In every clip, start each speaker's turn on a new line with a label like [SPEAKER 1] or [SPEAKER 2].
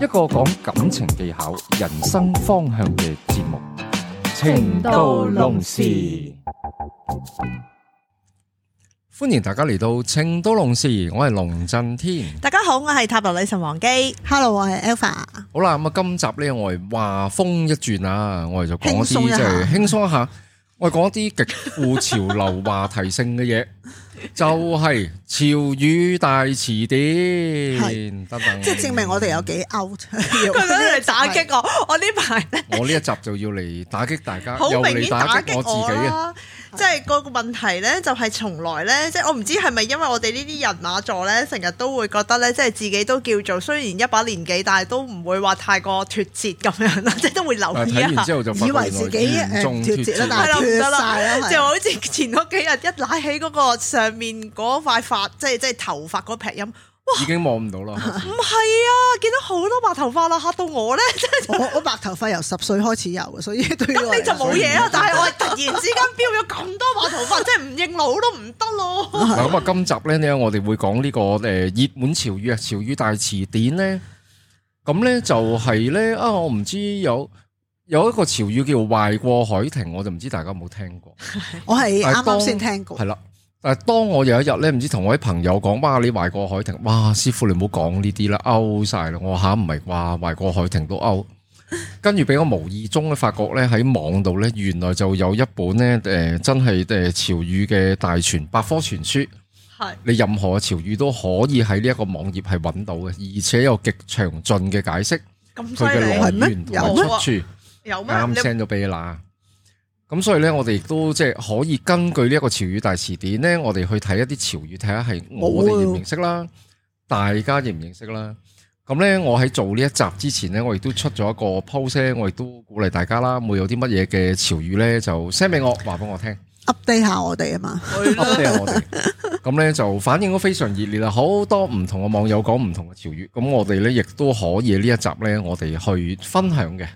[SPEAKER 1] 一個講感情技巧、人生方向嘅節目《情到濃時》。歡迎大家嚟到《情到濃時》，我係龍震天。
[SPEAKER 2] 大家好，我係塔羅女神王姬。Hello，我係 Alpha。
[SPEAKER 1] 好啦，咁啊，今集呢，我哋話風一轉啊，我哋就講一
[SPEAKER 2] 輕鬆
[SPEAKER 1] 啲
[SPEAKER 2] 一
[SPEAKER 1] 即
[SPEAKER 2] 下
[SPEAKER 1] 係輕鬆一下，我哋講一啲極富潮流話題性嘅嘢，就係潮語大詞典，等等。
[SPEAKER 3] 即係證明我哋有幾 out。
[SPEAKER 2] 佢
[SPEAKER 3] 佢
[SPEAKER 2] 想嚟打 擊我，我呢排咧
[SPEAKER 1] 我呢一集就要嚟打擊大家，
[SPEAKER 2] 好
[SPEAKER 1] 啊又
[SPEAKER 2] 明
[SPEAKER 1] 嚟
[SPEAKER 2] 顯打
[SPEAKER 1] 打擊
[SPEAKER 2] 擊
[SPEAKER 1] 我
[SPEAKER 2] 我
[SPEAKER 1] 自己啊！
[SPEAKER 2] 啦。即係個問題咧，就係從來咧，即係我唔知係咪因為我哋呢啲人馬座咧，成日都會覺得咧，即係自己都叫做雖然一把年紀，但係都唔會話太過脱節咁樣啦，即 係都會留
[SPEAKER 3] 啊
[SPEAKER 1] 但
[SPEAKER 2] 意
[SPEAKER 1] 係啊睇
[SPEAKER 2] 一下
[SPEAKER 1] 完。之後就發
[SPEAKER 3] 以
[SPEAKER 1] 覺
[SPEAKER 3] 為
[SPEAKER 1] 原來
[SPEAKER 3] 自己
[SPEAKER 1] 嚴
[SPEAKER 3] 誒
[SPEAKER 1] 重
[SPEAKER 3] 脱
[SPEAKER 1] 脱
[SPEAKER 3] 節啦，
[SPEAKER 1] 節。
[SPEAKER 3] 但係脱晒啦，
[SPEAKER 2] 就
[SPEAKER 3] 係
[SPEAKER 2] 好似前嗰幾日一拉起嗰個上面嗰塊髮，即係即係頭髮嗰撇音，唔
[SPEAKER 1] 已經望唔到啦。
[SPEAKER 2] 係啊，見到好多白頭髮啦，嚇到我咧，真係
[SPEAKER 3] 我我白頭髮由十歲開始有嘅，所以對於我
[SPEAKER 2] 咁你就冇嘢
[SPEAKER 1] 所以
[SPEAKER 2] 啦。但係我係突然之間飆咗咁多白頭髮，即係唔認老都唔得咯。
[SPEAKER 1] 嗱咁啊，今集咧呢，我哋會講呢個誒熱門潮語啊，潮語大詞典咧。咁咧就係咧啊，我唔知有有一個潮語叫壞過海婷，我就唔知大家有冇聽過。
[SPEAKER 3] 我係
[SPEAKER 1] 但
[SPEAKER 3] 啱
[SPEAKER 1] 係當
[SPEAKER 3] 啱先聽過
[SPEAKER 1] 係，啦。但係當我有一日咧，唔知同我啲朋友講，哇！你壞過海婷，哇！師傅你唔好講呢啲啦，out 晒啦！我話吓唔係啩，壞過海婷都 out。跟住俾我無意中咧發覺咧喺網度咧，原來就有一本咧誒、呃真係誒、呃潮語嘅大全百科全書，
[SPEAKER 2] 係
[SPEAKER 1] 你任何嘅潮語都可以喺呢一個網頁係揾到嘅，而且有極詳盡嘅解釋
[SPEAKER 2] 咁犀
[SPEAKER 1] 佢嘅來
[SPEAKER 2] 利，
[SPEAKER 1] 源同埋
[SPEAKER 2] 有咩
[SPEAKER 1] 出處。
[SPEAKER 2] 有咩？
[SPEAKER 1] 啱
[SPEAKER 2] 啊你
[SPEAKER 1] send 咗俾你啦。咁所以咧，我哋亦都即係可以根據呢一個潮語大詞典咧，我哋去睇一啲潮語，睇下係我哋
[SPEAKER 2] 啊
[SPEAKER 1] 認唔認識啦，大家認唔認識啦。咁咧，我喺做呢一集之前咧，我亦都出咗一個 post 咧，我亦都鼓勵大家啦，會有啲乜嘢嘅潮語咧，就 send 俾我，話俾我聽
[SPEAKER 3] update 下我哋啊嘛。
[SPEAKER 1] ，update 下我 哋。咁咧就反應都非常熱烈啦，好多唔同嘅網友講唔同嘅潮語，咁我哋咧亦都可以呢一集咧，我哋去分享嘅。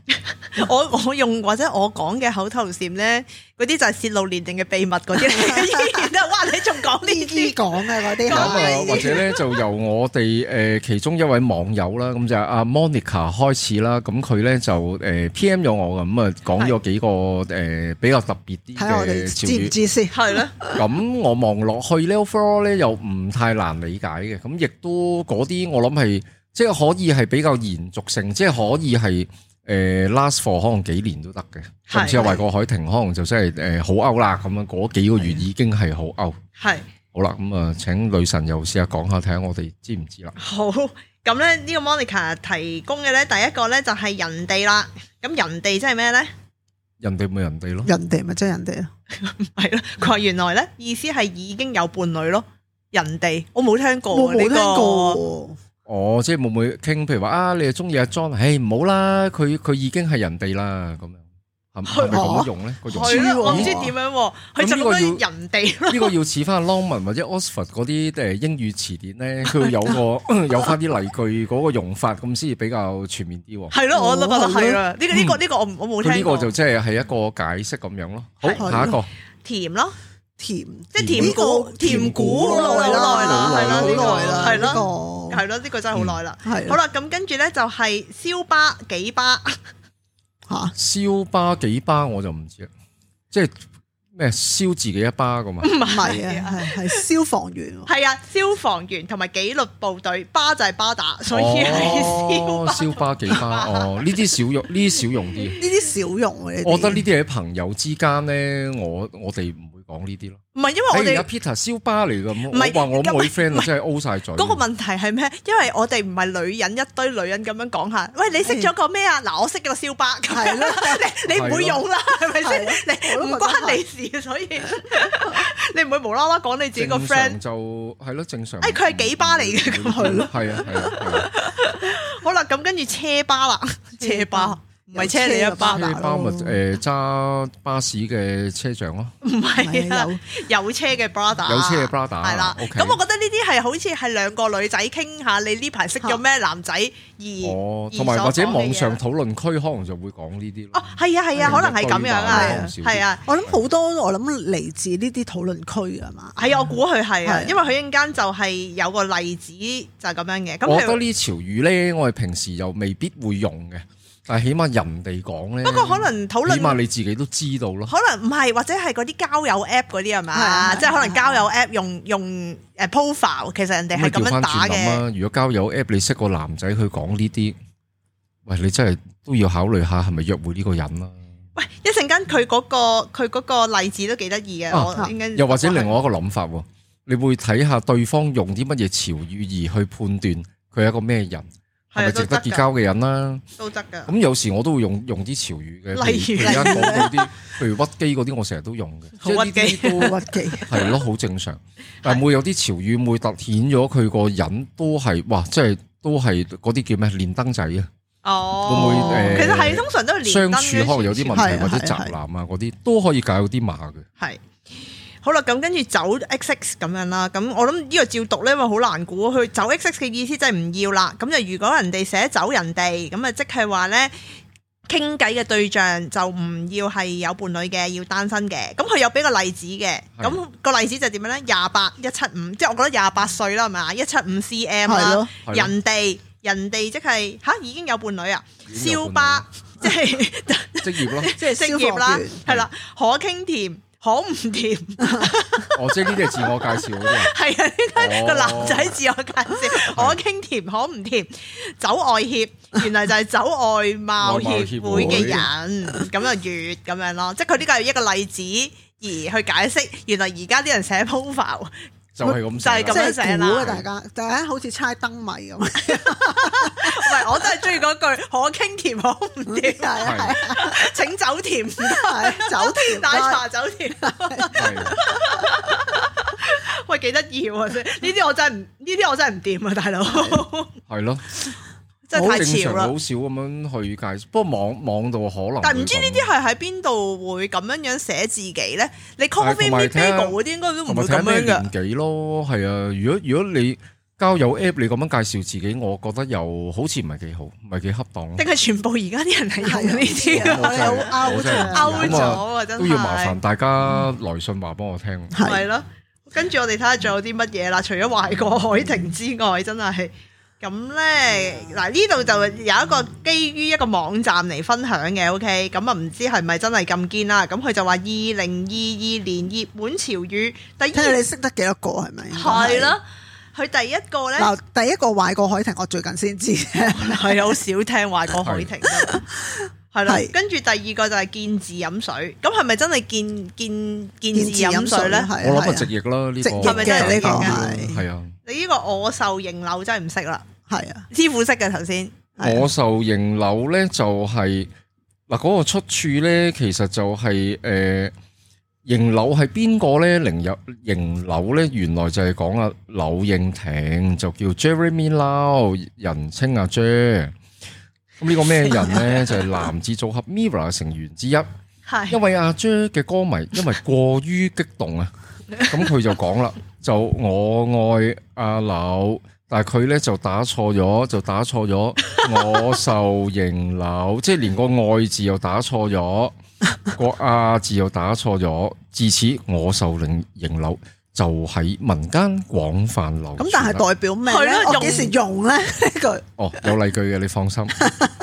[SPEAKER 2] 我我用或者我講嘅口頭禪咧，嗰啲就係泄露年齡嘅秘密嗰啲嚟，依然都係哇！你仲講
[SPEAKER 3] 呢
[SPEAKER 2] 呢
[SPEAKER 3] 啲
[SPEAKER 2] 啲？
[SPEAKER 3] 講嘅嗰啲
[SPEAKER 1] 咁啊，
[SPEAKER 3] 係
[SPEAKER 1] 或者咧就由我哋誒其中一位網友啦，咁就係阿 Monica 開始啦。咁佢咧就誒 PM 咗我嘅，咁啊講咗幾個誒比較特別啲
[SPEAKER 3] 睇下我
[SPEAKER 1] 嘅
[SPEAKER 3] 哋
[SPEAKER 1] 潮
[SPEAKER 3] 知唔
[SPEAKER 1] 語。
[SPEAKER 3] 知先。
[SPEAKER 2] 係啦，
[SPEAKER 1] 咁我望落去 level four 咧又唔太難理解嘅。咁亦都嗰啲我諗係即係可以係比較延續性，即係可以係誒 last for 可能幾年都得嘅。
[SPEAKER 2] 係
[SPEAKER 1] 甚至係為過海婷可能就真係誒呃好 out 啦咁樣，嗰幾個月已經係好 out。
[SPEAKER 2] 係。
[SPEAKER 1] 好啦，咁啊，請女神又試下講下，睇下我哋知唔知啦。
[SPEAKER 2] 好，咁咧呢個 Monica 提供嘅咧，第一個咧就係人哋啦。咁人哋即係咩咧？
[SPEAKER 1] 人哋咪人哋咯，
[SPEAKER 3] 人哋咪即係人哋啊咯，
[SPEAKER 2] 係咯，佢話原來咧意思係已經有伴侶咯。人哋我冇聽過
[SPEAKER 3] 我
[SPEAKER 2] 喎，哦
[SPEAKER 3] 冇聽
[SPEAKER 2] 呢個
[SPEAKER 3] 過。
[SPEAKER 1] 哦，即係會唔會傾？譬如話啊，你係中意阿 John，唉，唔好啦，佢佢已經係人哋啦，咁樣係咪係咪咁用咧？個用
[SPEAKER 2] 係
[SPEAKER 3] 豬
[SPEAKER 2] 啦，
[SPEAKER 3] 喎
[SPEAKER 2] 我唔知點樣喎，佢就
[SPEAKER 1] 咁呢個要
[SPEAKER 2] 咁樣人哋咯。
[SPEAKER 1] 呢個要似翻阿 Longman 或者 Oxford 嗰啲誒英語詞典咧，佢要有個有翻啲例句嗰個用法，咁先至比較全面啲喎。
[SPEAKER 2] 係咯，我都覺得係啦。呢個呢個
[SPEAKER 1] 嗯
[SPEAKER 2] 呢個我唔我冇
[SPEAKER 1] 佢呢
[SPEAKER 2] 聽
[SPEAKER 1] 個
[SPEAKER 2] 過。
[SPEAKER 1] 就即係係一個解釋咁樣咯。好，
[SPEAKER 3] 係
[SPEAKER 1] 下一個
[SPEAKER 2] 甜咯，
[SPEAKER 3] 甜
[SPEAKER 2] 即係甜
[SPEAKER 3] 呢
[SPEAKER 2] 股
[SPEAKER 3] 個
[SPEAKER 2] 甜股好耐啦，係啦，
[SPEAKER 1] 好
[SPEAKER 2] 呢
[SPEAKER 1] 耐
[SPEAKER 2] 個
[SPEAKER 1] 啦
[SPEAKER 2] 係
[SPEAKER 3] 呢
[SPEAKER 2] 咯，
[SPEAKER 3] 個
[SPEAKER 2] 係咯，呢個真係好耐啦。
[SPEAKER 3] 係
[SPEAKER 2] 好啦，咁跟住咧就係燒巴幾巴，
[SPEAKER 3] 嚇
[SPEAKER 1] 燒巴幾巴我就唔知啦，即係咩燒自己一巴咁啊？
[SPEAKER 3] 唔係啊，係係消防員喎，
[SPEAKER 2] 係啊，消防員同埋紀律部隊，巴就係巴打，所以係
[SPEAKER 1] 哦
[SPEAKER 2] 燒
[SPEAKER 1] 燒巴幾巴哦，呢啲 少用，呢啲少用啲。
[SPEAKER 3] 呢啲少用嘅。
[SPEAKER 1] 我覺得呢啲喺朋友之間咧，我我哋唔會講呢啲咯。
[SPEAKER 2] 巴。唔係因為我
[SPEAKER 1] 睇而
[SPEAKER 2] 哋
[SPEAKER 1] 家 Peter 燒巴嚟咁，
[SPEAKER 2] 唔係
[SPEAKER 1] 我話我
[SPEAKER 2] 咁啊
[SPEAKER 1] 每 friend 啊真係 O 晒嘴。
[SPEAKER 2] 嗰個問題係咩？因為我哋唔係女人一堆女人咁樣講下，喂，你識咗個咩啊？嗱，我識咗個燒巴，
[SPEAKER 3] 係咯，
[SPEAKER 2] 你你唔會用啦，係咪先？
[SPEAKER 3] 係
[SPEAKER 2] 你
[SPEAKER 3] 咯
[SPEAKER 2] 唔
[SPEAKER 3] 我都覺得
[SPEAKER 2] 關你事，所以 你唔會無啦啦講你自己個
[SPEAKER 1] 正
[SPEAKER 2] friend
[SPEAKER 1] 常。就係咯，正常。
[SPEAKER 2] 哎佢係幾巴嚟嘅咁
[SPEAKER 1] 係咯，係啊係啊。係啊
[SPEAKER 2] 好啦，咁跟住車巴啦，車巴咪車你一 巴
[SPEAKER 1] 車包啊咪诶揸巴士嘅車長咯，
[SPEAKER 2] 唔係啊，有車嘅 brother，啊
[SPEAKER 1] 有車嘅 brother 啊
[SPEAKER 2] 係啦。
[SPEAKER 1] OK
[SPEAKER 2] 咁我覺得呢啲係好似係兩個女仔傾下，你呢排識咗咩男仔而
[SPEAKER 1] 哦，
[SPEAKER 2] 而
[SPEAKER 1] 同埋或者
[SPEAKER 2] 所講嘅嘢
[SPEAKER 1] 網上討論區可能就會講呢啲
[SPEAKER 2] 哦
[SPEAKER 1] 咯。，
[SPEAKER 2] 係啊係啊，
[SPEAKER 1] 係
[SPEAKER 2] 可能係咁樣
[SPEAKER 1] 對
[SPEAKER 2] 啊
[SPEAKER 1] 話，少啲
[SPEAKER 2] 係啊。
[SPEAKER 3] 我諗好多，我諗嚟自呢啲討論區㗎 嘛。
[SPEAKER 2] 係啊，我估佢係啊，
[SPEAKER 3] 係
[SPEAKER 2] 因為佢一陣間就係有個例子就係咁樣嘅。咁
[SPEAKER 1] 我
[SPEAKER 2] 譬
[SPEAKER 1] 覺得
[SPEAKER 2] 如
[SPEAKER 1] 呢啲潮語咧，我哋平時又未必會用嘅，但係起碼人哋講咧，
[SPEAKER 2] 不過可能討
[SPEAKER 1] 起碼
[SPEAKER 2] 論，
[SPEAKER 1] 你自己都知道咯。
[SPEAKER 2] 可能唔係或者係嗰啲交友 app 嗰啲係
[SPEAKER 3] 係啊
[SPEAKER 2] 嘛？
[SPEAKER 3] 係
[SPEAKER 2] 即係可
[SPEAKER 3] 係
[SPEAKER 2] 能交友 app 用用誒 profile，其實人哋
[SPEAKER 1] 咁啊
[SPEAKER 2] 係
[SPEAKER 1] 咪調
[SPEAKER 2] 咁樣
[SPEAKER 1] 翻
[SPEAKER 2] 打
[SPEAKER 1] 轉諗
[SPEAKER 2] 嘅。
[SPEAKER 1] 啦，如果交友 app 你識個男仔去講呢啲，喂，你真係都要考慮下係咪約會呢個人啦。
[SPEAKER 2] 喂，一陣間佢嗰個佢嗰個例子都幾得意嘅，
[SPEAKER 1] 啊
[SPEAKER 2] 我應該
[SPEAKER 1] 又或者另外一個諗法喎，你會睇下對方用啲乜嘢潮語而去判斷佢係一個咩人，係
[SPEAKER 2] 係
[SPEAKER 1] 咪
[SPEAKER 2] 啊
[SPEAKER 1] 值得結
[SPEAKER 2] 㗎
[SPEAKER 1] 交嘅人啦？
[SPEAKER 2] 都得㗎。
[SPEAKER 1] 咁有時我都會用用啲潮語嘅，
[SPEAKER 2] 例
[SPEAKER 1] 譬
[SPEAKER 2] 如
[SPEAKER 1] 譬而家講嗰啲，譬如屈機嗰啲，我成日都用嘅，
[SPEAKER 2] 好屈機
[SPEAKER 1] 即係呢啲都
[SPEAKER 3] 好屈機，
[SPEAKER 1] 係咯，好正常。但係會有啲潮語會突顯咗佢個人都係哇，即係都係嗰啲叫咩連登仔啊，
[SPEAKER 2] 哦，
[SPEAKER 1] 會唔會誒
[SPEAKER 2] 其實係通常都係連
[SPEAKER 1] 相
[SPEAKER 2] 登
[SPEAKER 1] 處可能有啲問
[SPEAKER 3] 係
[SPEAKER 1] 題
[SPEAKER 3] 係
[SPEAKER 1] 或者宅男啊嗰啲都可以搞啲馬嘅。
[SPEAKER 2] 係。好啦，咁跟住走 X X 咁樣啦，咁我諗呢個照讀咧，因為好難估。佢走 X X 嘅意思真係唔要啦。咁就如果人哋寫走人哋，咁啊即係話咧傾偈嘅對象就唔要係有伴侶嘅，要單身嘅。咁佢有俾個例子嘅，
[SPEAKER 1] 係
[SPEAKER 2] 咁個例子就點樣咧？廿八一七五，即係我覺得廿八歲啦，係咪啊？一七五 C M
[SPEAKER 3] 係
[SPEAKER 2] 啦
[SPEAKER 3] 咯，
[SPEAKER 1] 係咯
[SPEAKER 2] 人哋人哋即係吓已經有伴侶啊，
[SPEAKER 1] 已經有
[SPEAKER 2] 燒
[SPEAKER 1] 伴侶
[SPEAKER 2] 巴即 係。
[SPEAKER 1] 職業 咯，
[SPEAKER 2] 即係職業
[SPEAKER 3] 消
[SPEAKER 2] 啦
[SPEAKER 3] 防員，
[SPEAKER 2] 係啦，可傾甜，可唔甜，
[SPEAKER 1] 哦，即係呢啲係自我介紹嗰啲啊。
[SPEAKER 2] 係啊，應該
[SPEAKER 1] 哦
[SPEAKER 2] 個男仔自我介紹，可傾甜，可唔甜，走外協，原來就係走外貿協會嘅人，咁就越咁樣咯，即係佢呢個係一個例子。而去解釋，原來而家啲人寫 profile，
[SPEAKER 1] 就係咁寫啦，
[SPEAKER 2] 就係咁樣
[SPEAKER 3] 即係
[SPEAKER 2] 寫
[SPEAKER 3] 估
[SPEAKER 2] 啦
[SPEAKER 3] 啊！大家，大家好似猜燈謎 咁，
[SPEAKER 2] 唔係我真係中意嗰句可傾甜可唔甜，
[SPEAKER 3] 係
[SPEAKER 1] 係
[SPEAKER 2] 請走甜，
[SPEAKER 3] 係走甜
[SPEAKER 2] 奶
[SPEAKER 3] 啦
[SPEAKER 2] 茶走甜。
[SPEAKER 1] 係
[SPEAKER 2] 喂，幾得意喎！真係呢啲我真係唔，呢啲我真係唔掂啊，大佬，
[SPEAKER 1] 係咯，
[SPEAKER 2] 真係太
[SPEAKER 1] 正
[SPEAKER 2] 潮
[SPEAKER 1] 常啊
[SPEAKER 2] 啦。
[SPEAKER 1] 好少咁樣去介紹。不過網網度可能，
[SPEAKER 2] 但唔知呢啲係喺邊度會咁樣樣寫自己咧？你 coffee
[SPEAKER 1] 同埋
[SPEAKER 2] me
[SPEAKER 1] 睇下
[SPEAKER 2] bagel 嗰啲應該都唔
[SPEAKER 1] 同
[SPEAKER 2] 會
[SPEAKER 1] 埋
[SPEAKER 2] 咁
[SPEAKER 1] 睇咩
[SPEAKER 2] 樣
[SPEAKER 1] 年
[SPEAKER 2] 噶。
[SPEAKER 1] 紀咯，係啊。如果如果你交友 app 你咁樣介紹自己，我覺得又好似唔係幾好，唔係幾恰當咯
[SPEAKER 2] 定。係全部而家啲人係用呢啲
[SPEAKER 3] 係
[SPEAKER 2] 㗎
[SPEAKER 3] 啊
[SPEAKER 1] 我
[SPEAKER 3] 我哋好 out
[SPEAKER 1] 真係
[SPEAKER 3] 啊
[SPEAKER 1] 我真係唔
[SPEAKER 2] out
[SPEAKER 1] 知
[SPEAKER 2] 咗
[SPEAKER 1] 啊
[SPEAKER 2] 啊！真係
[SPEAKER 1] 都要麻煩大家來信話幫我聽。
[SPEAKER 3] 嗯
[SPEAKER 2] 係咯。跟住我哋睇下仲有啲乜嘢啦，除咗壞過海婷之外，真係咁咧
[SPEAKER 3] 啊
[SPEAKER 2] 嗱呢度就有一個基於一個網站嚟分享嘅，OK，咁啊唔知係咪真係咁堅啦？咁佢就話二零二二年熱門潮語第
[SPEAKER 3] 睇下
[SPEAKER 2] 二
[SPEAKER 3] 你識得幾多個係咪？
[SPEAKER 2] 係。啦，佢第一個咧。
[SPEAKER 3] 嗱，第一個壞過海婷，我最近先知。
[SPEAKER 2] 係啊，好少聽話過海婷啫。係啦
[SPEAKER 3] 係，
[SPEAKER 2] 跟住第二個就係見字飲水，咁係咪真係見見見
[SPEAKER 3] 見
[SPEAKER 2] 字飲水咧？
[SPEAKER 3] 係啊
[SPEAKER 1] 我諗係啊
[SPEAKER 3] 係
[SPEAKER 1] 直譯啦，呢
[SPEAKER 3] 直
[SPEAKER 1] 個
[SPEAKER 3] 譯
[SPEAKER 2] 係咪真係呢個
[SPEAKER 3] 係
[SPEAKER 1] 係啊？
[SPEAKER 2] 你呢個我受認樓真係唔識啦，
[SPEAKER 3] 係啊，
[SPEAKER 2] 師傅識嘅頭先。
[SPEAKER 3] 係啊
[SPEAKER 1] 我受刑樓咧就係嗱嗰個出處咧，其實就係誒刑呃樓係邊個咧？零有刑樓咧，原來就係講啊柳應廷，就叫 Jeremy Lau，人稱阿 J。咁呢個咩人咧？就係男子組合 Mirror 嘅成員之一。因
[SPEAKER 2] 係
[SPEAKER 1] 為阿 J 嘅歌 迷因為過於激動啊，咁佢就講 啦，就我愛阿柳，但係佢咧就打錯咗，就打錯咗，我受刑 柳，即係連個愛字又打錯咗，個阿字又打錯咗，自此我受刑刑柳就喺民間廣泛流傳啦。
[SPEAKER 3] 咁但係代表咩咧
[SPEAKER 2] 係？咯
[SPEAKER 3] 我
[SPEAKER 2] 用
[SPEAKER 3] 幾時用咧？呢句
[SPEAKER 1] 哦，有例句嘅，你放心，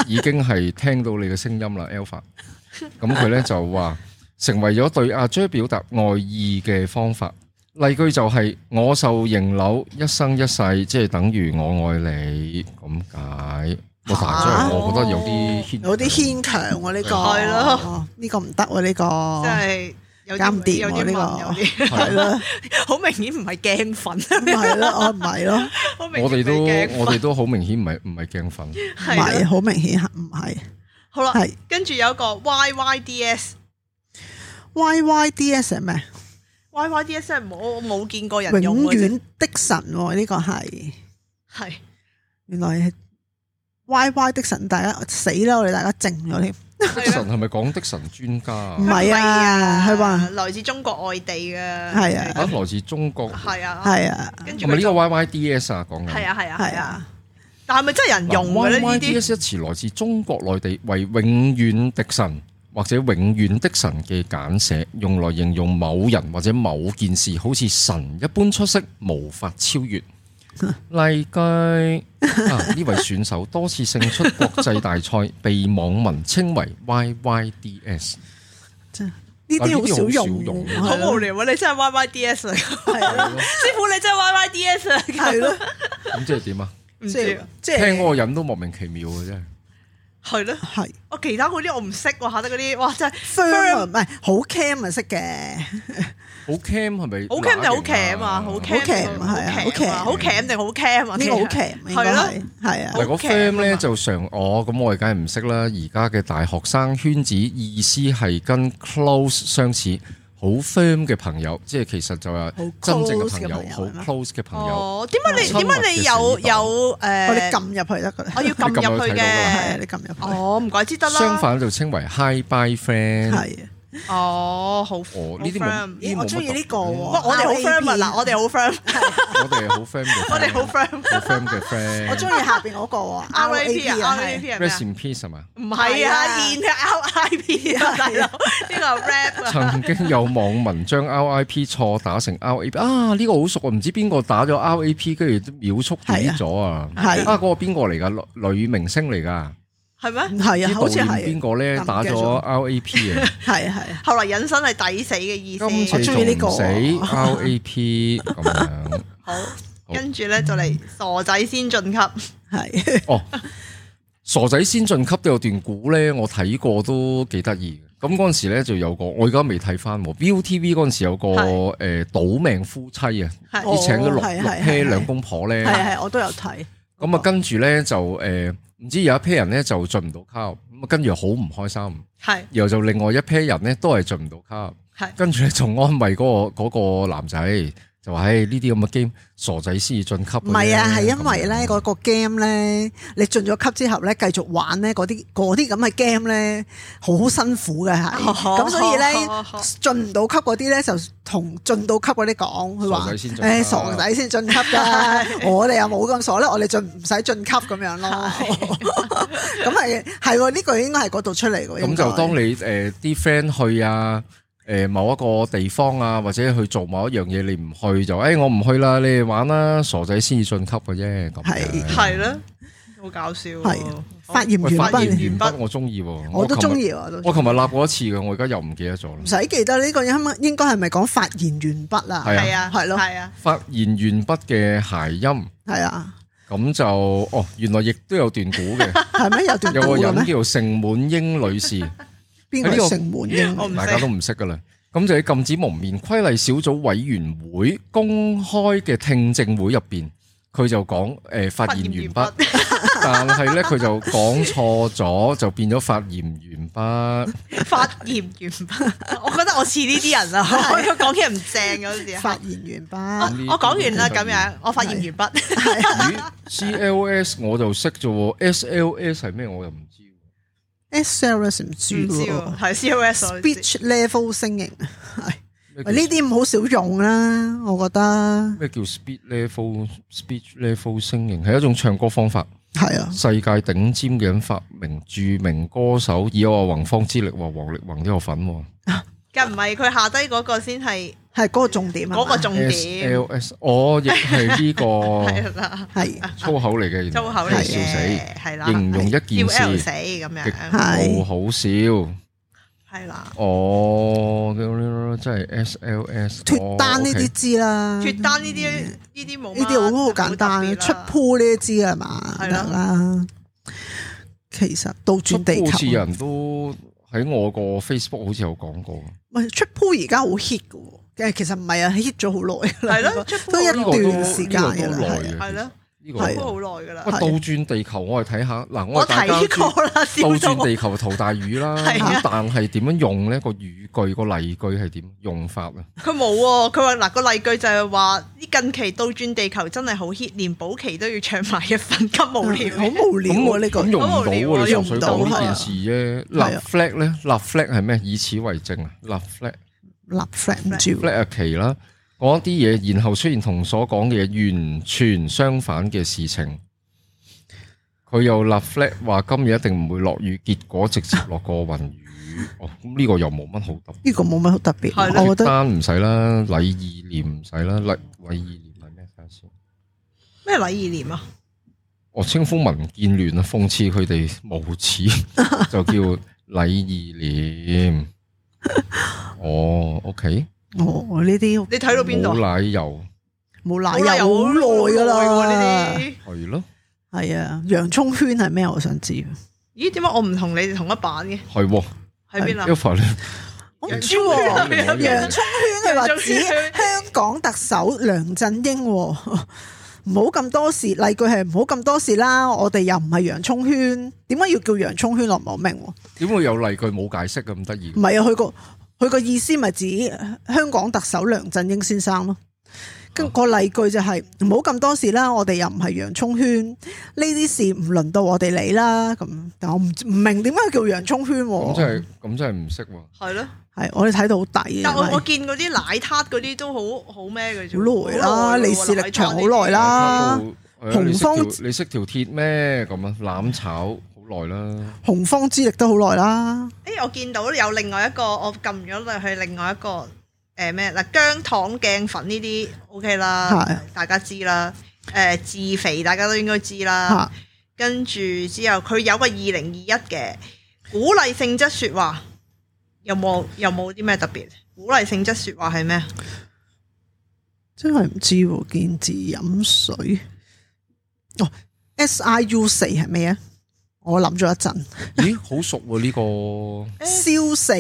[SPEAKER 1] 已經係聽到你嘅聲音啦，Alpha。咁佢咧就話成為咗對阿 J 表達愛意嘅方法。例句就係、我受刑柳，一生一世，即係等於我愛你咁解。我但係真係我覺得有啲牽
[SPEAKER 3] 有啲牽強喎，呢個哦
[SPEAKER 2] 係咯，
[SPEAKER 3] 呢個唔得喎，呢
[SPEAKER 2] 真
[SPEAKER 3] 個
[SPEAKER 2] 係有
[SPEAKER 3] 哦搞唔
[SPEAKER 2] 啲
[SPEAKER 3] 掂
[SPEAKER 2] 有
[SPEAKER 3] 喎
[SPEAKER 2] 啲問
[SPEAKER 3] 呢個
[SPEAKER 2] 有啲，
[SPEAKER 3] 係咯，
[SPEAKER 2] 好明顯唔係鏡
[SPEAKER 3] 唔
[SPEAKER 2] 粉，
[SPEAKER 3] 係咯，我唔係咯，
[SPEAKER 2] 好明
[SPEAKER 1] 我哋
[SPEAKER 2] 顯
[SPEAKER 1] 都
[SPEAKER 2] 唔係鏡
[SPEAKER 1] 我哋都好明顯唔係唔係鏡粉，
[SPEAKER 2] 粉。
[SPEAKER 3] 唔
[SPEAKER 2] 係
[SPEAKER 3] 係
[SPEAKER 2] 啦哦
[SPEAKER 3] 好明顯唔係。
[SPEAKER 2] 好啦
[SPEAKER 3] 係，
[SPEAKER 2] 跟住有一個 YYDS。
[SPEAKER 3] Y Y D S 係咩？
[SPEAKER 2] YYDS 真係冇我冇見過人用
[SPEAKER 3] 永
[SPEAKER 2] 嘅啫，
[SPEAKER 3] 遠的神喎，呢個係
[SPEAKER 2] 係
[SPEAKER 3] 原來係 Y Y 的神，大家死啦！我哋大家靜咗添，
[SPEAKER 1] 的
[SPEAKER 2] 啊
[SPEAKER 1] 神係咪講的神專家
[SPEAKER 2] 哦
[SPEAKER 1] 啊
[SPEAKER 3] 唔？係啊佢話
[SPEAKER 2] 來自中國外地嘅，
[SPEAKER 3] 係啊
[SPEAKER 1] 啊，來自中國，係
[SPEAKER 2] 係啊，
[SPEAKER 3] 係啊，
[SPEAKER 2] 跟住
[SPEAKER 1] 咪
[SPEAKER 2] 佢
[SPEAKER 1] 呢
[SPEAKER 2] 就
[SPEAKER 1] 個 Y Y D S 啊？講緊
[SPEAKER 2] 係啊係啊係
[SPEAKER 3] 係
[SPEAKER 2] 啊
[SPEAKER 3] 啊，，
[SPEAKER 2] 但係咪真係人用嘅咧？呢
[SPEAKER 1] Y D
[SPEAKER 2] 啲
[SPEAKER 1] S 啊一詞來自中國內地，為永遠的神或者永遠的神嘅簡寫，用來形容某人或者某件事，好似神一般出色，無法超越。 例句啊，呢位選手多次勝出國際大賽，被網民稱為 Y Y D S。啊呢啲好
[SPEAKER 3] 呢啲好少
[SPEAKER 1] 少用
[SPEAKER 3] 用，
[SPEAKER 2] 好無
[SPEAKER 3] 係
[SPEAKER 2] 聊啊！你真係 Y Y D S 嚟㗎，
[SPEAKER 3] 咯
[SPEAKER 2] 師傅你真係 Y Y D S 啊嚟㗎
[SPEAKER 3] 係咯，
[SPEAKER 1] 咁即係 點啊？
[SPEAKER 2] 唔
[SPEAKER 3] 即
[SPEAKER 2] 知
[SPEAKER 3] 係
[SPEAKER 2] 啊
[SPEAKER 3] 即
[SPEAKER 1] 聽嗰
[SPEAKER 3] 係
[SPEAKER 1] 個人都莫名其妙嘅啫。
[SPEAKER 2] 係咯。
[SPEAKER 3] 係
[SPEAKER 2] 我其他嗰啲我唔識喎，嚇得嗰啲哇真係
[SPEAKER 3] firm 啊唔係好 cam 啊識嘅，
[SPEAKER 1] 好 cam 係咪？
[SPEAKER 2] 好 cam 定好 cam 啊，好 cam 定
[SPEAKER 3] cam，係啊好 cam
[SPEAKER 2] 啊好 cam 定好 cam 啊？
[SPEAKER 3] 呢個好 cam 應該
[SPEAKER 2] 係咯，
[SPEAKER 3] 係係啊
[SPEAKER 1] 嗱，個
[SPEAKER 2] 好劇啊
[SPEAKER 1] fam 咧
[SPEAKER 2] 嘛
[SPEAKER 1] 就常我咁，我哋梗係唔識啦。而家嘅大學生圈子意思係跟 close 相似，好 fam 嘅朋友，即係其實就係
[SPEAKER 3] 好
[SPEAKER 1] 真正嘅
[SPEAKER 3] close
[SPEAKER 1] 朋
[SPEAKER 3] 嘅
[SPEAKER 1] 友
[SPEAKER 3] 朋，友
[SPEAKER 1] 好
[SPEAKER 3] 係咪
[SPEAKER 1] close 嘅朋友。
[SPEAKER 2] 哦，點解你
[SPEAKER 1] 親密
[SPEAKER 2] 點
[SPEAKER 1] 嘅哦
[SPEAKER 2] 解你有
[SPEAKER 1] 死黨
[SPEAKER 2] 有
[SPEAKER 3] 我
[SPEAKER 2] 誒？
[SPEAKER 3] 哋哦撳入去得㗎啦，
[SPEAKER 2] 我要撳入去
[SPEAKER 1] 你撳入去睇到㗎
[SPEAKER 3] 係啊
[SPEAKER 2] 嘅
[SPEAKER 3] 你。撳入去，
[SPEAKER 2] 哦，唔怪之得啦。
[SPEAKER 1] 相，反就稱為 hi bye friend。
[SPEAKER 3] 係啊，
[SPEAKER 2] 哦，好，
[SPEAKER 1] 哦，呢啲
[SPEAKER 2] 好
[SPEAKER 1] 冇
[SPEAKER 2] firm
[SPEAKER 1] 呢啲冇乜
[SPEAKER 3] 咦我中意呢個
[SPEAKER 1] 特別
[SPEAKER 3] 喎
[SPEAKER 2] 哇！我哋好 firm 啊，
[SPEAKER 3] RAB
[SPEAKER 2] 嗱，我哋好 firm，
[SPEAKER 1] 我哋係好 firm 嘅 friend，
[SPEAKER 2] 我哋好
[SPEAKER 1] 好
[SPEAKER 2] firm。
[SPEAKER 1] firm 嘅 friend。
[SPEAKER 3] 我中意下邊嗰個啊
[SPEAKER 2] R A P 啊，R A
[SPEAKER 3] RAP
[SPEAKER 2] P 係咩
[SPEAKER 1] rest
[SPEAKER 2] 啊？
[SPEAKER 1] in peace 係嘛？
[SPEAKER 2] 唔係
[SPEAKER 3] 係
[SPEAKER 2] 啊
[SPEAKER 3] 啊
[SPEAKER 2] ，in 啊 R I P 啊，大佬，呢個係 rap 啊。
[SPEAKER 1] 曾經有網民將 RIP 錯打成 RAP 啊！呢個好熟啊，唔知邊個打咗 RAP，跟住秒速 delete 咗啊！
[SPEAKER 3] 係
[SPEAKER 1] 啊，嗰個邊個嚟㗎？女女明星嚟㗎？
[SPEAKER 2] 係咩？
[SPEAKER 3] 係啊，
[SPEAKER 1] 啲
[SPEAKER 3] 好似
[SPEAKER 1] 導
[SPEAKER 3] 係
[SPEAKER 1] 演邊個咧
[SPEAKER 3] 啊
[SPEAKER 1] 打咗 RAP 啊？
[SPEAKER 3] 係啊係啊，
[SPEAKER 2] 後來引申係抵死嘅意思。
[SPEAKER 1] 今次
[SPEAKER 3] 我
[SPEAKER 1] 仲
[SPEAKER 3] 中意呢個
[SPEAKER 1] 唔死 RAP 咁樣。
[SPEAKER 2] 好，
[SPEAKER 1] 好
[SPEAKER 2] 跟住咧就嚟傻仔先晉級，
[SPEAKER 3] 係
[SPEAKER 1] 哦，傻仔先進級都有段古咧，我睇過都幾得意嘅。咁嗰陣時咧就有個，我而家未睇翻喎。ViuTV 嗰陣時有個
[SPEAKER 2] 係
[SPEAKER 1] 誒賭命夫妻啊，
[SPEAKER 2] 係
[SPEAKER 1] 而請咗六
[SPEAKER 3] 哦係
[SPEAKER 1] 六
[SPEAKER 3] 係
[SPEAKER 1] pair
[SPEAKER 3] 係
[SPEAKER 1] 兩公婆咧。
[SPEAKER 3] 係係，我都有睇，
[SPEAKER 1] 咁啊，跟住咧就誒，唔知有一 pair 人咧就進唔到級，咁啊跟住好唔開心。
[SPEAKER 2] 係
[SPEAKER 1] 然後就另外一 pair 人咧都係進唔到級，
[SPEAKER 2] 係
[SPEAKER 1] 跟住咧就安慰嗰、個嗰個男仔，就話：，唉，呢啲咁嘅 game 傻仔先至進級嘅啫。
[SPEAKER 3] 唔係啊，係因為
[SPEAKER 1] 咁
[SPEAKER 3] 咧
[SPEAKER 1] 樣
[SPEAKER 3] 嗰個 game 咧，你進咗級之後咧，繼續玩咧嗰啲嗰啲咁嘅 game 咧，好辛苦嘅係，
[SPEAKER 2] 哦
[SPEAKER 3] 咁所以咧進唔到級嗰啲咧就同進到級嗰啲講，佢
[SPEAKER 1] 傻
[SPEAKER 3] 話
[SPEAKER 1] 仔先進級
[SPEAKER 3] 誒傻仔先進級 㗎，我哋又冇咁傻啦，我哋進唔使進級咁樣咯，咁係係喎，呢句應該係嗰度出嚟嘅，應
[SPEAKER 1] 咁
[SPEAKER 3] 該
[SPEAKER 1] 就當你誒啲 friend 去啊，誒、某一個地方啊，或者去做某一樣嘢，你唔去就，誒、哎我唔去啦，你哋玩啦，傻仔先至進級嘅啫。咁
[SPEAKER 3] 係
[SPEAKER 1] 樣
[SPEAKER 2] 係啦，好搞笑喎。
[SPEAKER 3] 係發炎
[SPEAKER 1] 哦喂，
[SPEAKER 3] 完
[SPEAKER 1] 發
[SPEAKER 3] 畢
[SPEAKER 1] 現
[SPEAKER 2] 言
[SPEAKER 1] 鉛
[SPEAKER 2] 完
[SPEAKER 1] 筆
[SPEAKER 2] 畢
[SPEAKER 1] 我中意喎，
[SPEAKER 3] 我都
[SPEAKER 1] 琴日
[SPEAKER 3] 中。意啊我都。
[SPEAKER 1] 我琴日立過一次嘅，我而家又唔記得咗啦
[SPEAKER 3] 唔。使記得呢個應應該係咪講發言完畢啦？
[SPEAKER 1] 係啊
[SPEAKER 2] 係啊，
[SPEAKER 3] 係咯
[SPEAKER 2] 係啊，
[SPEAKER 1] 發現鉛筆嘅諧音，
[SPEAKER 3] 係啊，
[SPEAKER 1] 咁就哦，原來亦都有段古嘅。
[SPEAKER 3] 係咩有 段
[SPEAKER 1] 有
[SPEAKER 3] 道
[SPEAKER 1] 個
[SPEAKER 3] 嘅
[SPEAKER 1] 人
[SPEAKER 3] 咩？
[SPEAKER 1] 叫盛滿英女士，
[SPEAKER 3] 邊
[SPEAKER 1] 喺
[SPEAKER 3] 個
[SPEAKER 1] 呢個
[SPEAKER 3] 係城門英？
[SPEAKER 2] 我唔
[SPEAKER 1] 大家都
[SPEAKER 2] 識。
[SPEAKER 1] 唔識噶啦。咁就喺禁止蒙面規例小組委員會公開嘅聽證會入邊，佢就講誒、呃、發言 鉛筆，但係咧佢就講錯咗，就變咗發言鉛筆。
[SPEAKER 2] 發炎鉛筆，我覺得我似呢啲人啊，我講嘢唔正嘅好似。
[SPEAKER 3] 發言
[SPEAKER 2] 我
[SPEAKER 3] 完畢，
[SPEAKER 2] 我講完啦，咁樣我發炎鉛筆，
[SPEAKER 1] 咦，CLS 我就識啫喎，SLS 係咩我又唔知喎。
[SPEAKER 3] SLS 唔
[SPEAKER 2] 唔
[SPEAKER 3] 知
[SPEAKER 2] 知
[SPEAKER 3] 喎
[SPEAKER 2] 喎，係 COS 我知
[SPEAKER 3] Speech level 聲型，係
[SPEAKER 1] 咩叫
[SPEAKER 3] 呢啲唔好少用啦，我覺得
[SPEAKER 1] 咩叫 speed level speech level 聲型係一種唱歌方法。
[SPEAKER 3] 係啊，
[SPEAKER 1] 世界頂尖嘅人發明，著名歌手以我宏方之力話王力宏都有份喎。
[SPEAKER 2] 梗唔係佢下低嗰個先係
[SPEAKER 3] 係嗰個重點啊嘛，
[SPEAKER 2] 嗰個重
[SPEAKER 1] S
[SPEAKER 2] 點
[SPEAKER 1] L，S，我亦係呢個
[SPEAKER 2] 係啦，
[SPEAKER 3] 係
[SPEAKER 1] 粗口嚟嘅，原來
[SPEAKER 2] 粗口嚟
[SPEAKER 1] 真係
[SPEAKER 2] 嘅，
[SPEAKER 1] 笑死，
[SPEAKER 2] 係啦，
[SPEAKER 1] 形容一
[SPEAKER 2] 要
[SPEAKER 1] 件
[SPEAKER 2] L
[SPEAKER 1] 事
[SPEAKER 2] 死咁
[SPEAKER 1] 極
[SPEAKER 2] 樣，
[SPEAKER 1] 度
[SPEAKER 3] 係
[SPEAKER 1] 好笑。
[SPEAKER 2] 係啦，
[SPEAKER 1] 哦，真係 S L S 哦
[SPEAKER 3] 脱單呢啲知啦，
[SPEAKER 2] 脱單呢啲呢啲冇乜
[SPEAKER 3] 嗯呢啲好好簡
[SPEAKER 2] 啊特別
[SPEAKER 3] 單，
[SPEAKER 2] 啦
[SPEAKER 3] 出鋪呢啲知係嘛，
[SPEAKER 2] 係
[SPEAKER 3] 得
[SPEAKER 2] 啦
[SPEAKER 3] 啦。其實倒
[SPEAKER 1] 出
[SPEAKER 3] 轉地
[SPEAKER 1] 好似啊
[SPEAKER 3] 球，啊
[SPEAKER 1] 人都喺我個 Facebook 好似有講過，呢
[SPEAKER 3] 喂，出鋪而家好 hit 嘅喎，其實唔係啊，hit 咗好耐啦，
[SPEAKER 2] 係咯，出
[SPEAKER 3] 都一
[SPEAKER 1] 個都
[SPEAKER 3] 段時間
[SPEAKER 1] 呢個
[SPEAKER 3] 㗎
[SPEAKER 1] 都
[SPEAKER 3] 啦，係啊
[SPEAKER 1] 耐嘅。
[SPEAKER 2] 係咯，
[SPEAKER 1] 呢個
[SPEAKER 2] 睇
[SPEAKER 3] 係
[SPEAKER 2] 咗
[SPEAKER 3] 啊
[SPEAKER 1] 喂
[SPEAKER 2] 好耐㗎啦。
[SPEAKER 1] 倒轉地球，我哋睇下嗱，
[SPEAKER 2] 我
[SPEAKER 1] 我哋大家
[SPEAKER 2] 睇過啦，
[SPEAKER 1] 倒
[SPEAKER 2] 笑到
[SPEAKER 1] 轉
[SPEAKER 2] 我
[SPEAKER 1] 地球淘大魚啦，
[SPEAKER 2] 係啊
[SPEAKER 1] 咁但係點樣用呢？個語句個例句係點用法啊？
[SPEAKER 2] 佢冇喎，佢話嗱個例句就係話近期倒轉地球真係好 hit，連保期都要搶埋一份，咁無聊
[SPEAKER 3] 好
[SPEAKER 2] 嘅。
[SPEAKER 3] 無聊
[SPEAKER 1] 咁
[SPEAKER 3] 喎
[SPEAKER 1] 我
[SPEAKER 3] 呢個
[SPEAKER 1] 咁。用唔到
[SPEAKER 2] 好無聊
[SPEAKER 1] 喎，
[SPEAKER 2] 啊
[SPEAKER 1] 你純粹講
[SPEAKER 3] 用唔到
[SPEAKER 1] 呢件事啫。
[SPEAKER 3] 係啊
[SPEAKER 1] 立 flag 咧，立 flag 係咩？以此為證啊！立 flag，flag
[SPEAKER 3] 立 flag 唔住，
[SPEAKER 1] 係期啦，講一啲嘢，然後出現同所講嘅嘢完全相反嘅事情。佢又立 flag 話今日一定唔會落雨，結果直接落過雲雨。哦，咁呢個又冇乜好特別。
[SPEAKER 3] 呢個冇乜好特
[SPEAKER 2] 係
[SPEAKER 3] 別。
[SPEAKER 2] 咯
[SPEAKER 3] 我覺得
[SPEAKER 1] 單唔使啦，禮義廉唔使啦，禮禮義廉係咩？睇下先。
[SPEAKER 2] 咩禮義廉啊？
[SPEAKER 1] 我稱呼民建聯啊，諷刺佢哋無恥，就叫禮義廉。哦，OK，
[SPEAKER 3] 我哦呢啲
[SPEAKER 2] 你睇到邊
[SPEAKER 1] 冇
[SPEAKER 2] 度啊？
[SPEAKER 1] 奶油
[SPEAKER 3] 冇奶
[SPEAKER 2] 好啦
[SPEAKER 3] 油哎好耐㗎
[SPEAKER 2] 好耐喎
[SPEAKER 3] 啦
[SPEAKER 2] 呢。啲。
[SPEAKER 1] 係咯，
[SPEAKER 3] 係啊，洋葱圈係咩？我想知。啊
[SPEAKER 2] 咦？點解我唔同你哋同一版嘅？
[SPEAKER 1] 係喎。
[SPEAKER 2] 喺邊啊？
[SPEAKER 1] 一凡
[SPEAKER 3] 我
[SPEAKER 2] 洋葱
[SPEAKER 3] 唔知
[SPEAKER 2] 圈
[SPEAKER 3] 喎，
[SPEAKER 1] 係咩
[SPEAKER 3] 哦洋葱圈你
[SPEAKER 2] 洋
[SPEAKER 3] 話
[SPEAKER 2] 葱
[SPEAKER 3] 指
[SPEAKER 2] 圈
[SPEAKER 3] 香港特首梁振英喎，唔好咁多事。例句係唔好咁多事啦，我哋又唔係洋葱圈，點解要叫洋葱圈？我唔係好明喎。
[SPEAKER 1] 點會有例句冇解釋咁得意
[SPEAKER 3] 唔？係啊，佢個佢個意思咪指香港特首梁振英先生咯。跟個例句就係唔好咁多事啦，我哋又唔係洋葱圈，呢啲事唔輪到我哋理啦咁。但我唔唔明點解叫洋葱圈
[SPEAKER 1] 咁
[SPEAKER 3] 喎？
[SPEAKER 1] 真係咁真係唔識喎。
[SPEAKER 2] 係咯，
[SPEAKER 3] 係我哋睇到好抵
[SPEAKER 2] 但我我
[SPEAKER 3] 啊！
[SPEAKER 2] 見嗰啲奶撻嗰啲都好好咩嘅啫
[SPEAKER 3] 好耐啦
[SPEAKER 2] 好耐喎
[SPEAKER 3] 利是力場
[SPEAKER 2] 奶撻呢啲
[SPEAKER 3] 好耐啦啊
[SPEAKER 1] 係啊你識
[SPEAKER 3] 紅方
[SPEAKER 1] 條你識條鐵咩？咁啊，攬炒好耐啦。
[SPEAKER 3] 洪荒之力都好耐啦，
[SPEAKER 2] 誒，我見到有另外一個，我撳咗落去另外一個誒咩嗱，姜糖鏡粉呢啲 OK 啦
[SPEAKER 3] 係，
[SPEAKER 2] 大家知啦。誒、自肥大家都應該知啦。
[SPEAKER 3] 嚇
[SPEAKER 2] 跟住之後，佢有個二零二一嘅鼓勵性質説話，有冇有冇啲咩特別？鼓勵性質説話係咩？
[SPEAKER 3] 真係唔知喎。見字飲水哦，S I U 四係咩啊？我諗咗一陣，
[SPEAKER 1] 咦，好熟喎呢個
[SPEAKER 3] 燒四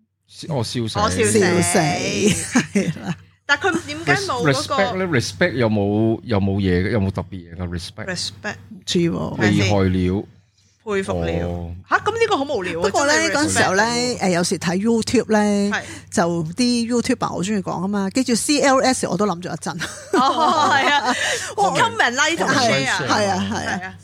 [SPEAKER 1] 我笑死，
[SPEAKER 2] 我笑死
[SPEAKER 3] 燒四係啦，
[SPEAKER 2] 但佢點解冇嗰
[SPEAKER 1] respect
[SPEAKER 2] 個
[SPEAKER 1] 咧？respect 有冇有冇嘢嘅？有冇特別嘢嘅 respect？
[SPEAKER 2] respect
[SPEAKER 3] 唔知喎。
[SPEAKER 2] 咩
[SPEAKER 1] 厲害了，
[SPEAKER 2] 佩服了
[SPEAKER 1] 哦，
[SPEAKER 2] 吓？咁呢、個好無聊啊！
[SPEAKER 3] 不過咧
[SPEAKER 2] 真係
[SPEAKER 3] 嗰陣時候
[SPEAKER 2] respect
[SPEAKER 3] 咧，誒有時睇 YouTube 咧，
[SPEAKER 2] 係。
[SPEAKER 3] 就啲 YouTuber 好中意講啊嘛，記住 CLS 我都諗咗一陣，
[SPEAKER 2] 哦，係啊，我 comment like 同
[SPEAKER 1] 係
[SPEAKER 2] share，
[SPEAKER 1] 啊
[SPEAKER 3] 係啊係
[SPEAKER 2] 係
[SPEAKER 3] 啊，
[SPEAKER 2] 啊，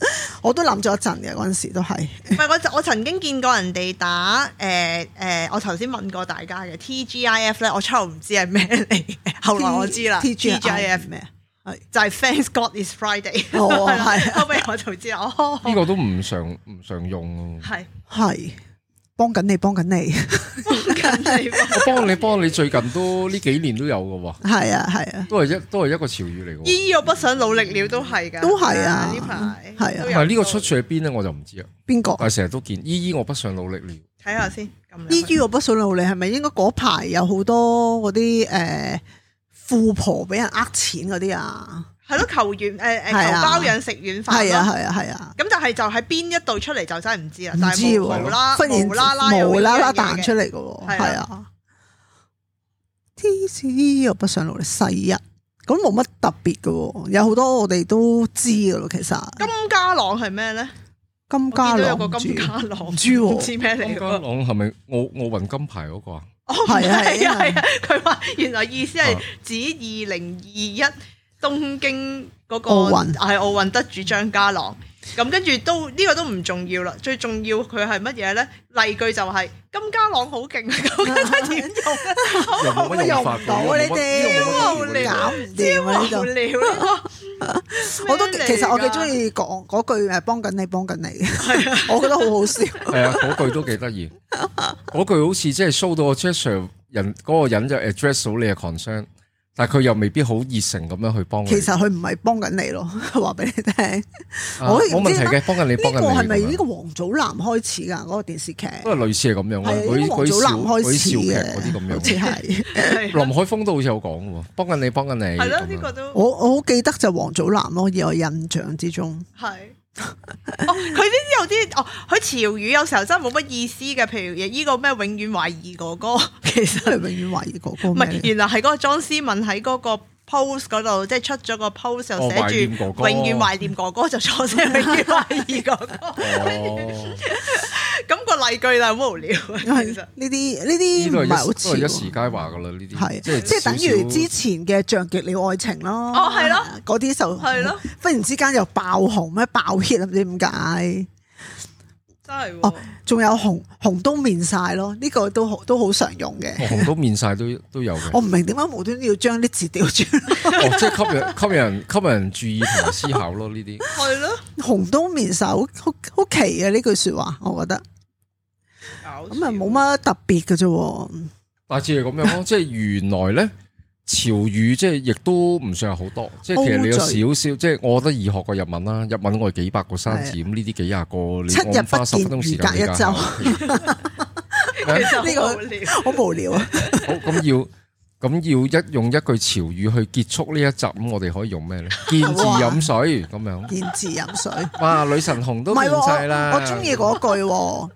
[SPEAKER 3] 我都諗咗一陣嘅嗰陣時都係
[SPEAKER 2] 唔係我就我曾經見過人哋打誒誒，我頭先問過大家嘅 TGIF 咧，我初頭唔知係咩嚟嘅， 後來我知啦
[SPEAKER 3] T G
[SPEAKER 2] ，TGIF
[SPEAKER 3] 咩啊？
[SPEAKER 2] 就係 Thanks God is Friday，
[SPEAKER 3] 哦
[SPEAKER 2] 係啦
[SPEAKER 3] 係啊
[SPEAKER 2] 後尾我就知啦，哦，
[SPEAKER 1] 呢個都唔常唔常用喎。啊
[SPEAKER 2] 係
[SPEAKER 3] 係幫緊你，幫緊你，
[SPEAKER 2] 近你
[SPEAKER 1] 我幫你幫你，最近都呢幾年都有嘅喎，
[SPEAKER 3] 係啊係啊，
[SPEAKER 1] 都係一都係一個潮語嚟嘅喎。
[SPEAKER 2] 依我不想努力了都係㗎，
[SPEAKER 3] 都係啊
[SPEAKER 2] 呢排
[SPEAKER 3] 係
[SPEAKER 1] 唔
[SPEAKER 3] 啊
[SPEAKER 2] 都有
[SPEAKER 1] 係呢個出處喺邊咧，我就唔知啊。
[SPEAKER 3] 邊個？
[SPEAKER 1] 但係成日都見依依我不想努力了，
[SPEAKER 2] 睇下先，咁
[SPEAKER 3] 依於我不想努力係咪應該嗰排有好多嗰啲誒富婆俾人呃錢嗰啲啊？
[SPEAKER 2] 係咯，求軟誒誒
[SPEAKER 3] 係
[SPEAKER 2] 求
[SPEAKER 3] 啊
[SPEAKER 2] 包養食軟飯
[SPEAKER 3] 係
[SPEAKER 2] 咯
[SPEAKER 3] 啊係啊係啊，
[SPEAKER 2] 咁但係就喺邊一度出嚟就真係唔知啦，
[SPEAKER 3] 唔
[SPEAKER 2] 但
[SPEAKER 3] 知
[SPEAKER 2] 係無無啦
[SPEAKER 3] 喎，忽然
[SPEAKER 2] 無啦啦有呢
[SPEAKER 3] 無啦啦
[SPEAKER 2] 樣嘢嘅
[SPEAKER 3] 彈出，嚟嘅喎，
[SPEAKER 2] 係啊
[SPEAKER 3] 係啊。天使 E，我不想努力世一，咁冇乜特別嘅喎，有好多我哋都知嘅咯，其實
[SPEAKER 2] 金家朗係咩咧？
[SPEAKER 3] 金
[SPEAKER 2] 我見
[SPEAKER 3] 家
[SPEAKER 2] 到有
[SPEAKER 3] 朗
[SPEAKER 2] 個金家
[SPEAKER 3] 係啊
[SPEAKER 2] 朗，
[SPEAKER 3] 唔知喎
[SPEAKER 2] 唔知咩嚟
[SPEAKER 1] 金家
[SPEAKER 2] 㗎？
[SPEAKER 1] 朗係咪奧奧運金牌嗰個啊？
[SPEAKER 2] 哦，唔 係啊
[SPEAKER 3] 係啊
[SPEAKER 2] 係啊，佢話原來意思係
[SPEAKER 1] 啊
[SPEAKER 2] 指二零二一東京嗰個
[SPEAKER 3] 奧運
[SPEAKER 2] 係奧運得主張家朗。咁跟住都呢個都唔重要啦，最重要佢係乜嘢咧？例句就係金家朗好勁，啊究竟係點用咧？
[SPEAKER 1] 又冇乜用法
[SPEAKER 3] 用唔到啊
[SPEAKER 1] 嘅，又冇乜
[SPEAKER 3] 你 哋
[SPEAKER 1] 呢個冇乜用法
[SPEAKER 3] 搞唔掂啊呢
[SPEAKER 2] 無
[SPEAKER 3] 度。
[SPEAKER 2] 聊呢個
[SPEAKER 3] 我都
[SPEAKER 2] 咩啊嚟㗎
[SPEAKER 3] 其實我幾中意講嗰句誒幫緊你幫緊你， 我覺得好 好笑。
[SPEAKER 1] 係啊，嗰句都幾得意。嗰句好似即係 show 到個 gesture 人嗰個人就 address 到你嘅 concern，但係佢又未必好熱誠咁樣去幫你。
[SPEAKER 3] 其實佢唔係幫緊你咯， 話俾你聽。
[SPEAKER 1] 啊
[SPEAKER 3] 我
[SPEAKER 1] 冇問題嘅，幫緊你，
[SPEAKER 3] 呢
[SPEAKER 1] 幫緊
[SPEAKER 3] 個
[SPEAKER 1] 你咁樣。
[SPEAKER 3] 係咪呢個黃祖藍開始㗎？嗰、個電視劇
[SPEAKER 1] 都係類似係咁樣
[SPEAKER 3] 係
[SPEAKER 1] 嘅，
[SPEAKER 3] 啊呢
[SPEAKER 1] 佢
[SPEAKER 3] 個黃
[SPEAKER 1] 佢
[SPEAKER 3] 祖
[SPEAKER 1] 笑
[SPEAKER 3] 藍
[SPEAKER 1] 佢
[SPEAKER 3] 開始
[SPEAKER 1] 笑劇嗰啲咁樣。
[SPEAKER 3] 嘅，好似係。
[SPEAKER 2] 係
[SPEAKER 1] 林海峰都好似有講喎，幫緊你，幫緊你。
[SPEAKER 2] 係咯，
[SPEAKER 1] 咁樣
[SPEAKER 2] 呢個都
[SPEAKER 3] 我我好記得就黃祖藍咯，以我印象之中
[SPEAKER 2] 係。哦，佢呢啲有啲哦，佢潮語有時候真係冇乜意思嘅，譬如呢個咩永遠懷疑哥哥，其實
[SPEAKER 3] 係永遠懷疑哥哥
[SPEAKER 2] 唔
[SPEAKER 3] 咩
[SPEAKER 2] 係，
[SPEAKER 3] 嚟？
[SPEAKER 2] 原來係嗰個莊思敏喺嗰個 post 嗰度，即係出咗個 post
[SPEAKER 1] 哦
[SPEAKER 2] 又
[SPEAKER 1] 懷
[SPEAKER 2] 寫
[SPEAKER 1] 念
[SPEAKER 2] 住
[SPEAKER 1] 哥哥
[SPEAKER 2] 永遠懷念哥哥，就錯寫永遠懷 念哥哥。
[SPEAKER 1] 哦，
[SPEAKER 2] 咁個例句就好無聊啊，其實
[SPEAKER 3] 呢啲呢
[SPEAKER 1] 呢
[SPEAKER 3] 啲
[SPEAKER 1] 個
[SPEAKER 3] 唔係
[SPEAKER 1] 係
[SPEAKER 3] 好
[SPEAKER 1] 一都係一時
[SPEAKER 3] 似喎。
[SPEAKER 1] 佳話噶啦，呢啲
[SPEAKER 3] 係，啊
[SPEAKER 1] 即係
[SPEAKER 3] 即係等於之
[SPEAKER 1] 少
[SPEAKER 3] 前嘅《像極了愛情》咯，
[SPEAKER 2] 哦係咯，
[SPEAKER 3] 嗰啲就
[SPEAKER 2] 係咯，
[SPEAKER 3] 忽然之間又爆紅咩爆 hit 啊唔知點解，
[SPEAKER 2] 真係喎
[SPEAKER 3] 哦。仲有紅紅都面晒咯，呢、個都好都好常用嘅。
[SPEAKER 1] 少紅到面晒都都有嘅，
[SPEAKER 3] 我
[SPEAKER 1] 哦
[SPEAKER 3] 唔明點解無端端要將啲字調轉，
[SPEAKER 1] 即係吸引吸引人吸引人注意同埋思考咯，呢啲
[SPEAKER 2] 係咯，
[SPEAKER 3] 紅都面晒，好好好奇啊！呢句说話，我覺得咁
[SPEAKER 2] 咁
[SPEAKER 3] 啊冇乜特別嘅啫喎。
[SPEAKER 1] 大致係咁樣咯，即係原來咧。潮語即係亦都唔算係好多，即係其實你有少少，即係我覺得易學過日文啦，日文我係幾百個生字，咁呢啲幾廿個，你
[SPEAKER 3] 啊七日
[SPEAKER 1] 我花
[SPEAKER 3] 不
[SPEAKER 1] 十分鐘
[SPEAKER 3] 見，
[SPEAKER 1] 時
[SPEAKER 3] 如
[SPEAKER 1] 間
[SPEAKER 3] 隔一
[SPEAKER 1] 理解
[SPEAKER 3] 周
[SPEAKER 1] 下。，
[SPEAKER 2] 其實
[SPEAKER 3] 呢個
[SPEAKER 2] 好無聊。
[SPEAKER 3] 好無聊啊！
[SPEAKER 1] 好，咁要咁要一用一句潮語去結束呢一集，咁我哋可以用咩 咧？見字飲水咁樣。
[SPEAKER 3] 見字飲水，唔
[SPEAKER 1] 哇，女神紅都
[SPEAKER 3] 係
[SPEAKER 1] 變晒
[SPEAKER 3] 喎，
[SPEAKER 1] 啦！
[SPEAKER 3] 我我中意嗰句 喎，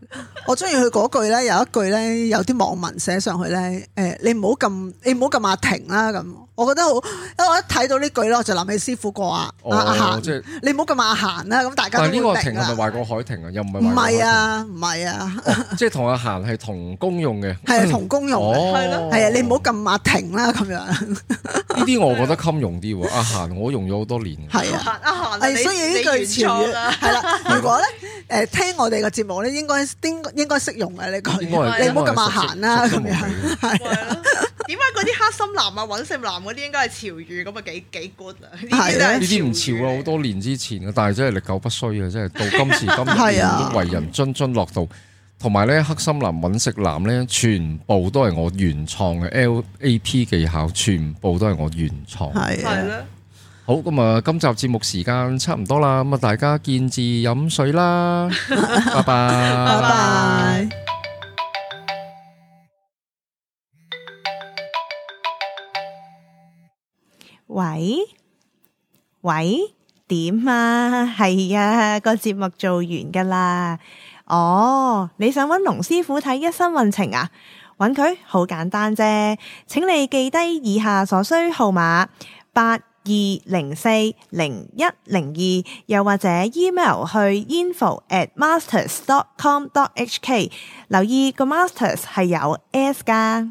[SPEAKER 3] 我中意佢嗰句咧，有一句咧，有啲網民寫上去咧，誒，你唔好咁，你唔好咁阿婷啦咁，我覺得好，因為我一睇到呢句咧，我就諗起師傅過啊，阿阿
[SPEAKER 1] 哦，即
[SPEAKER 3] 閒，
[SPEAKER 1] 係，
[SPEAKER 3] 你唔好咁阿閒啦，咁大家
[SPEAKER 1] 但係
[SPEAKER 3] 都
[SPEAKER 1] 呢個
[SPEAKER 3] 會
[SPEAKER 1] 停
[SPEAKER 3] 明
[SPEAKER 1] 係咪
[SPEAKER 3] 啦。
[SPEAKER 1] 壞過海婷啊？又唔係壞
[SPEAKER 3] 唔
[SPEAKER 1] 過海婷
[SPEAKER 3] 係，啊，唔係啊，
[SPEAKER 1] 哦即係同阿閒係同工用嘅。
[SPEAKER 3] 係啊，同工用嘅，
[SPEAKER 1] 哦，
[SPEAKER 2] 係咯
[SPEAKER 3] 係啊，你唔好咁阿婷啦咁樣，
[SPEAKER 1] 呢啲我覺得襟用啲喎。阿閒我用咗好多 年。
[SPEAKER 3] 係
[SPEAKER 2] 行
[SPEAKER 3] 啊。
[SPEAKER 2] 一行 啊，
[SPEAKER 3] 係，
[SPEAKER 2] 你
[SPEAKER 3] 所以呢
[SPEAKER 2] 你
[SPEAKER 3] 句
[SPEAKER 2] 原
[SPEAKER 3] 潮
[SPEAKER 2] 創啊
[SPEAKER 3] 語
[SPEAKER 2] 啦，
[SPEAKER 3] 係 啦。如果咧誒聽我哋嘅節目咧，應該應應該適用嘅呢句，
[SPEAKER 1] 應該係
[SPEAKER 3] 你唔好咁麻閒啦
[SPEAKER 1] 熟
[SPEAKER 3] 咁
[SPEAKER 1] 悉
[SPEAKER 3] 樣。係啊
[SPEAKER 2] 係咯點解嗰啲黑心男啊、揾食男嗰啲應該係潮語咁啊？幾幾 good 啊！呢啲都係
[SPEAKER 1] 呢啲唔潮啊，好
[SPEAKER 2] 潮
[SPEAKER 1] 多年之前嘅，但係真係歷久不衰啊！真係到今時今
[SPEAKER 3] 係
[SPEAKER 1] 日
[SPEAKER 3] 啊
[SPEAKER 1] 都為人津津樂道。同埋咧，黑心男、揾食男咧，全部都係我原創嘅 L A P 技巧，全部都係我原創。
[SPEAKER 2] 語
[SPEAKER 3] 係
[SPEAKER 2] 嚟係
[SPEAKER 3] 啊，
[SPEAKER 1] 好
[SPEAKER 2] 咯，
[SPEAKER 1] 咁啊，今集節目時間差唔多啦，咁啊，大家見字飲水 啦，拜
[SPEAKER 3] 拜
[SPEAKER 1] 拜。
[SPEAKER 3] 拜。
[SPEAKER 4] 喂喂，點啊？ 係啊，個節目做完噶啦。哦，你想揾龍師傅睇一生運程啊？揾佢好簡單啫，請你記低以下所需號碼八。二零四零一零二，又或者 email 去 info at masters dot com dot hk，留意個 masters 係有 s 噶。